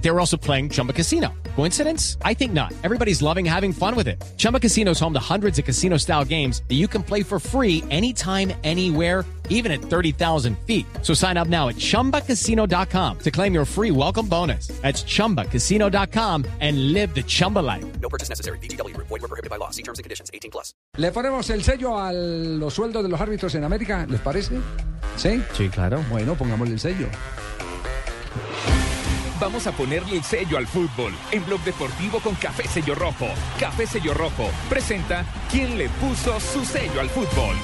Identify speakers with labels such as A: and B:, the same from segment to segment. A: They were also playing Chumba Casino. Coincidence? I think not. Everybody's loving having fun with it. Chumba Casino is home to hundreds of casino style games that you can play for free anytime, anywhere even at 30,000 feet. So sign up now at ChumbaCasino.com to claim your free welcome bonus. That's ChumbaCasino.com and live the Chumba life.
B: No purchase necessary. BGW. Void were prohibited by law. See terms and conditions. 18 plus.
C: ¿Le ponemos el sello a los sueldos de los árbitros en América? ¿Les parece? ¿Sí?
D: Sí, claro.
C: Bueno, pongámosle el sello.
E: Vamos a ponerle el sello al fútbol en Blog Deportivo con Café Sello Rojo. Café Sello Rojo presenta ¿Quién le puso su sello al fútbol?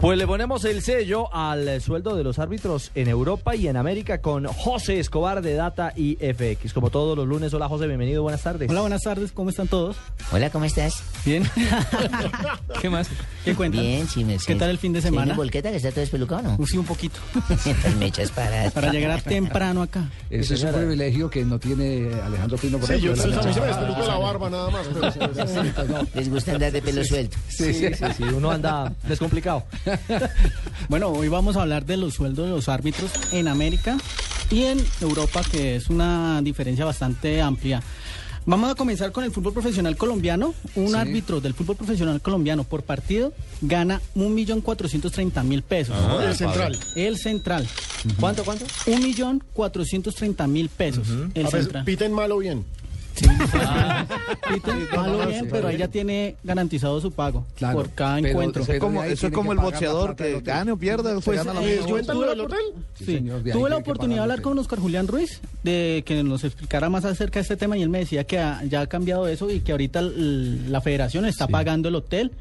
D: Pues le ponemos el sello al sueldo de los árbitros en Europa y en América con José Escobar de Data y FX. Como todos los lunes, hola José, bienvenido, buenas tardes.
F: Hola, buenas tardes, ¿cómo están todos?
G: Hola, ¿cómo estás?
F: Bien. ¿Qué más? ¿Qué cuentan?
G: Bien, sí, me
F: ¿Qué tal el fin de semana?
G: ¿Tiene volqueta que está todo espelucado no? Pues
F: Sí, un poquito.
G: me echas para...
F: Para llegar temprano acá.
C: Ese es un privilegio que no tiene Alejandro Pino por ejemplo.
H: Sí, a mí se me despelucó la barba nada más. pero-
G: Les gusta andar de pelo suelto.
D: Sí, sí, sí, uno anda descomplicado.
F: Bueno, hoy vamos a hablar de los sueldos de los árbitros en América y en Europa, que es una diferencia bastante amplia. Vamos a comenzar con el fútbol profesional colombiano. Un árbitro del fútbol profesional colombiano por partido gana 1.430.000 pesos.
H: El central.
F: El central.
D: ¿Cuánto, cuánto?
F: 1.430.000 pesos. El
H: A veces
F: central.
H: piten mal o bien.
F: Piten, malo bien, pero ahí ya tiene garantizado su pago
C: Claro,
F: por cada
C: pero-
F: encuentro.
C: pero
I: como,
C: de ahí
I: eso es
C: tiene
I: como
C: que
I: el
C: pagar la
I: boxeador
C: plata al
I: que
C: hotel.
I: gane o pierde, se
C: Pues,
I: gana la
C: eh,
I: misma
H: ¿Les
C: yo-
I: bolsa.
H: cuentan lo del hotel?
C: Sí,
F: Sí,
C: señor, de ahí
F: tuve la
C: tiene que
F: oportunidad de
C: pagar
F: hablar con
C: el
F: Oscar Julián Ruiz, de que nos explicara más acerca de este tema y él me decía que ha- ya ha cambiado eso y que ahorita l- la federación está pagando el hotel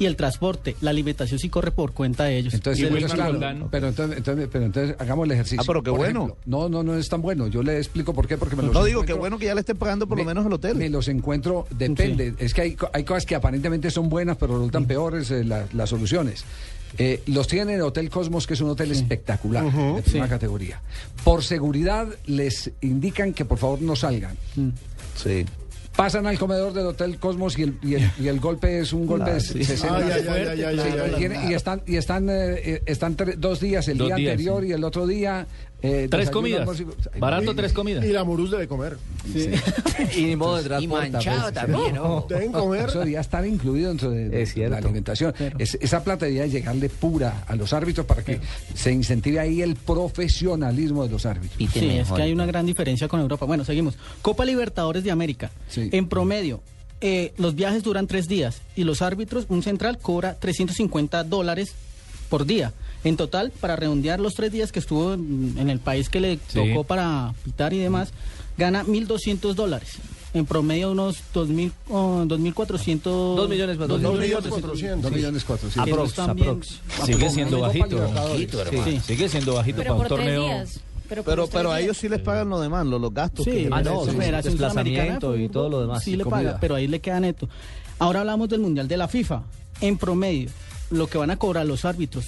F: y el transporte. La alimentación sí corre por cuenta de ellos. pues,
C: Entonces,
E: Y
C: entonces,
E: Wilmar
C: claro,
E: Roldán.
C: pero, entonces, entonces- pero entonces hagamos el ejercicio.
I: Ah, pero qué
C: Por
I: bueno.
C: ejemplo, no, no, no es tan bueno. Yo le explico por qué, porque me los
I: No digo, qué
C: encuentro-
I: bueno que ya le estén pagando por lo
C: me-
I: menos el
C: Me
I: hotel.
C: los encuentro, depende. Es que hay, co- hay cosas que aparentemente son buenas, pero resultan peores eh, la- las soluciones. Eh, los tienen en el Hotel Cosmos, que es un hotel espectacular, de primera categoría. Por seguridad, les indican que por favor no salgan.
I: Mm. Sí.
C: Pasan al comedor del Hotel Cosmos y el, y el, y el golpe es un
I: Ah,
C: golpe de 60
H: Ay, ay, ay, ay, ay,
C: Sí,
H: ay,
C: y
H: ay.
C: tiene- y están, y están, eh, eh, están tre- dos días, el día anterior y el otro día. eh, tres comidas.
H: Barato tres comidas. Y la Muruz debe comer.
D: Y ni modo de
G: Y
D: transporte,
G: manchado
D: pues.
G: también, ¿no?
H: Deben comer.
C: Eso debería estar incluido dentro de, de
D: Es cierto.
C: la alimentación. Es- esa plata debería llegarle pura a los árbitros para que se incentive ahí el profesionalismo de los árbitros. Ah,
G: Piten
F: Sí, es
G: mejor.
F: que hay una gran diferencia con Europa. Bueno, seguimos. Copa Libertadores de América.
C: Sí.
F: En promedio, eh, los viajes duran tres días y los árbitros, un central cobra 350 dólares por día. En total, para redondear los tres días que estuvo en, en el país que le tocó para pitar y demás, gana 1.200 dólares. En promedio, unos 2.000, oh, 2.400...
D: Dos millones más dos
F: 2.400.
H: millones cuatrocientos.
C: Dos millones cuatrocientos.
F: Que no
D: Aprox,
F: están bien-
D: aprox.
H: Ah, pues
J: Sigue siendo
C: Copa
J: bajito.
C: Libertadores.
G: Poquito, hermano.
J: Sí, sigue siendo bajito para
K: Pero
J: un
K: por tres
J: torneo.
K: días. Pero, por
I: Pero,
K: los tres
I: pero a
K: días.
I: ellos sí les pagan lo demás, lo- los gastos. que
F: Sí,
I: tienen.
D: Ah,
F: la
D: no, sí,
F: Federación
D: desplazamiento
F: Sudamericana de
D: y todo
F: Fútbol
D: lo demás,
F: pues, Sí
D: y
F: le
C: comida.
F: paga, pero ahí le queda neto. Ahora hablamos del Mundial de la FIFA. En promedio, lo que van a cobrar los árbitros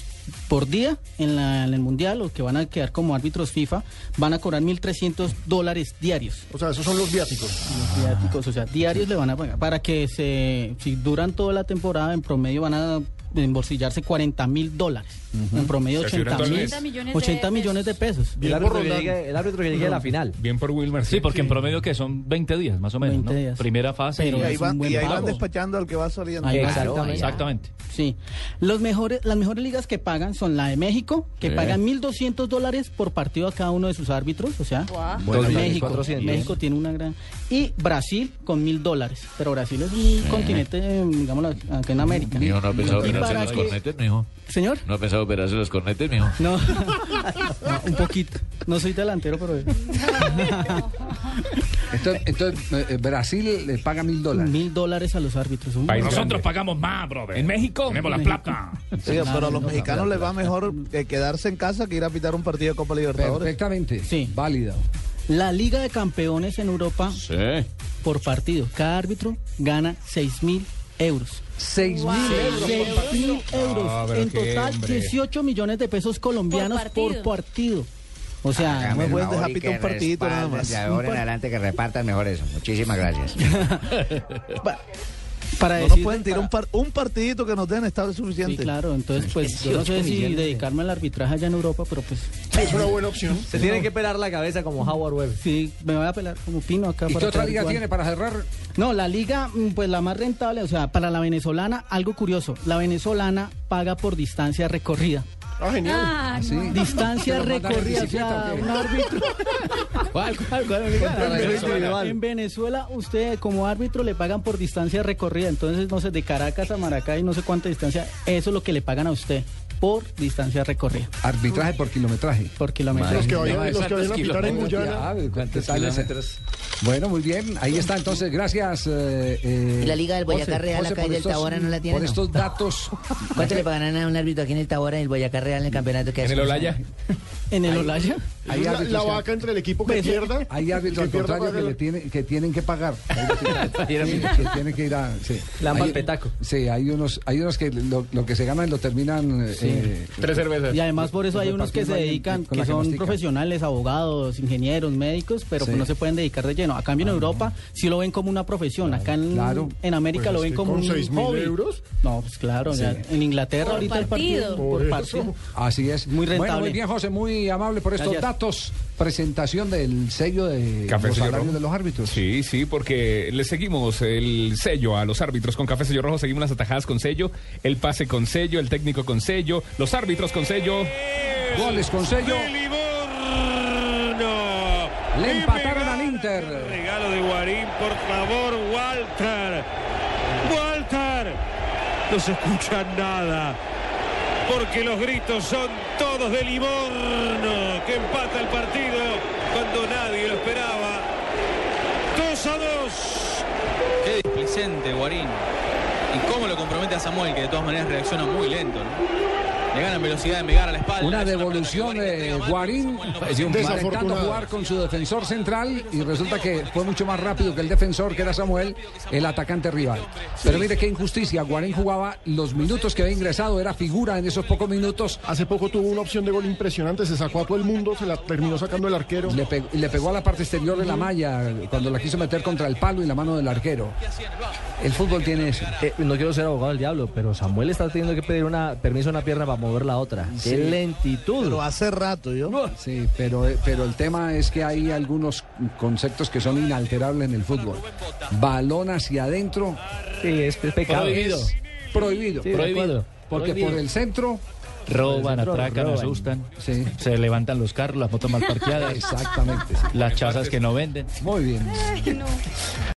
F: por día en, la- en el Mundial, los que van a quedar como árbitros FIFA, van a cobrar 1.300 dólares diarios.
H: O sea, esos son los viáticos.
F: Los viáticos, o sea, diarios le van a pagar. Para que se, si duran toda la temporada, en promedio van a embolsillarse 40 mil dólares. En promedio
E: Se refieren
F: 80
E: todo el
F: mil.
E: mes.
F: 80
K: millones
F: millones,
K: de
F: de pesos.
D: El
H: Bien por
D: árbitro que
H: Roldán.
D: llegue, el árbitro que llegue a la final.
E: Bien por Wilmer.
J: Sí, porque en promedio que son 20 días, más o menos,
F: 20
J: ¿no?
F: días.
J: Primera fase.
F: Pero
I: Y ahí
F: es un
I: van,
F: buen
I: y ahí
F: pago.
I: van despachando al que va saliendo.
F: Ahí va.
G: Exactamente.
J: Exactamente.
F: Sí. Los mejores, las mejores ligas que pagan son la de México, que pagan 1.200 dólares por partido a cada uno de sus árbitros, o sea,
K: Guau.
D: Dos millones
F: México,
D: cuatrocientos.
F: México tiene una gran... Y Brasil con 1.000 dólares, pero Brasil es un continente, eh, digámoslo, acá en América.
J: Mijo, no ha pensado
F: Y
J: operarse
F: para
J: los
F: que-
J: cornetes, mijo.
F: Señor.
J: No ha pensado operarse los cornetes, mijo.
F: No, No, un poquito. No soy delantero, pero...
C: Entonces, entonces, eh, eh, Brasil le paga mil dólares.
F: Mil dólares a los árbitros. un-
E: Nosotros pagamos más, brother. En México tenemos la plata.
I: Oiga, pero a los mexicanos les va mejor eh, quedarse en casa que ir a pitar un partido de Copa Libertadores.
C: Perfectamente.
F: Sí.
C: Válido.
F: La Liga de Campeones en Europa por partido. Cada árbitro gana 6 mil euros.
C: Seis mil euros.
F: Seis
C: Ah,
F: mil euros. en total, 18 millones de pesos colombianos
K: Por
F: por
K: partido.
F: partido. O sea,
I: me puedes dejar
K: y
I: pitar
K: que
I: un partidito nada
K: respalden,
I: más.
K: De ahora en
I: Un par-
K: adelante que repartan mejor eso. Muchísimas gracias.
F: para
I: no nos
F: decirle-
I: pueden tirar un, par- un partidito que nos den, está suficiente.
F: Sí, claro, entonces pues yo no sé si dedicarme al arbitraje allá en Europa, pero pues
H: Es una buena opción.
D: Se tiene que pelar la cabeza como Howard Webb.
F: sí, me voy a pelar como pino acá.
C: ¿Y
F: para
C: qué otra
F: saber
C: liga
F: cuál.
C: tiene para cerrar?
F: No, la liga, mm, pues la más rentable, o sea, para la venezolana, algo curioso, la venezolana paga por distancia recorrida.
H: Ah, genial.
L: Ah,
C: Así.
L: no.
F: Distancia
C: ¿Te lo mandan en
F: recorrida, o
C: bicicleta
F: sea,
C: o qué?
F: un árbitro.
J: ¿Cuál, cuál, cuál?
C: Contra la Venezuela.
F: En Venezuela, usted como árbitro le pagan por distancia recorrida, entonces, no sé, de Caracas a Maracay, no sé cuánta distancia, eso es lo que le pagan a usted, por distancia recorrida,
C: Arbitraje por kilometraje.
F: por kilómetro.
H: Los que vayan,
J: Madre,
H: los que vayan a
J: ¿cuántos
H: pitar en
J: kilómetros?
H: Guyana.
C: Ah, ¿qué
J: ¿Cuántos
C: tal ese?
J: kilómetros?
C: Bueno, muy bien. Ahí está entonces. Gracias. eh, eh,
G: ¿Y la Liga del Boyacá
C: José,
G: Real
C: José,
G: acá
C: por
G: del
C: estos-
G: Tabora no la tiene,
C: Por
G: no?
C: estos datos.
G: ¿Cuánto le pagarán a un árbitro aquí en el Tabora y el Boyacá Real en el campeonato que
J: ¿En
G: hace?
J: el Olaya?
F: En el Olaya.
C: Hay
H: la,
C: árbitros
H: la
C: que-
H: vaca entre el equipo que
F: Pues,
H: pierda.
C: Hay árbitros
H: el
C: al
H: que pierda
C: contrario que,
H: paga
C: le
H: la-
C: tienen, que tienen que pagar. Hay los que- sí, que tienen que ir a. Sí.
D: La
C: Hay-
D: palpetaco.
C: Sí, hay unos, hay unos que lo, lo que se ganan lo terminan. eh, eh,
E: Tres cervezas.
F: Y además por eso
C: Pues
F: hay unos que se
C: Repartiendo ahí
F: dedican,
C: con
F: que
C: la
F: son
C: gimnástica.
F: profesionales, abogados, ingenieros, médicos, pero
C: Sí. Ah,
F: pues no se pueden dedicar de lleno. A cambio en Europa sí lo ven como una profesión, acá en,
C: claro.
F: en América
H: Pues
F: lo
H: es
F: ven
H: que
F: como
H: con
F: un
H: 6.000
F: hobby.
H: euros.
F: No, pues claro, ya
C: Sí.
F: en Inglaterra
L: Por
F: ahorita el partido
L: partido.
F: por
H: Por
F: partido.
H: eso.
C: Así es.
F: Muy rentable.
C: Bueno, muy bien, José, muy amable por estos
F: Gracias.
C: datos. Presentación del sello de
E: Café
C: los
E: Sello
C: salarios
E: Rojo.
C: de los árbitros.
E: Sí, sí, porque le seguimos el sello a los árbitros con café sello rojo, seguimos las atajadas con sello, el pase con sello, el técnico con sello, los árbitros con sello.
C: Goles con sello. Le empataron al Inter.
M: Regalo de Guarín, por favor, Walter. Walter. No se escucha nada. Porque los gritos son todos de Livorno, que empata el partido cuando nadie lo esperaba. 2 a 2.
K: Qué displicente, Guarín. ¿Y cómo lo compromete a Samuel, que de todas maneras reacciona muy lento? Le ganan velocidad de Megar a la espalda.
C: Una devolución de Guarín intentando
H: Desafortunado.
C: jugar con su defensor central y resulta que fue mucho más rápido que el defensor que era Samuel, el atacante rival. Pero mire qué injusticia, Guarín jugaba los minutos que había ingresado, era figura en esos pocos minutos,
H: Hace poco tuvo una opción de gol impresionante, se sacó a todo el mundo, se la terminó sacando el arquero.
C: le, pe- le pegó a la parte exterior de la malla cuando la quiso meter contra el palo y la mano del arquero. El fútbol tiene eso.
D: Eh, no quiero ser abogado del diablo, pero Samuel está teniendo que pedir una permiso a una pierna para mover la otra. ¡Qué lentitud!
I: Pero hace rato, yo.
C: Sí, pero, eh, pero el tema es que hay algunos conceptos que son inalterables en el fútbol. Balón hacia adentro
D: Sí, es, es pecado.
J: Prohibido.
C: prohibido.
D: Sí, de acuerdo.
C: Porque por el centro,
J: Roban,
D: Roban.
J: atracan, asustan.
C: Sí.
J: Se levantan los carros, las motos mal parqueadas,
C: exactamente. sí.
J: las chazas que no venden.
C: Muy bien.
L: Ay, no.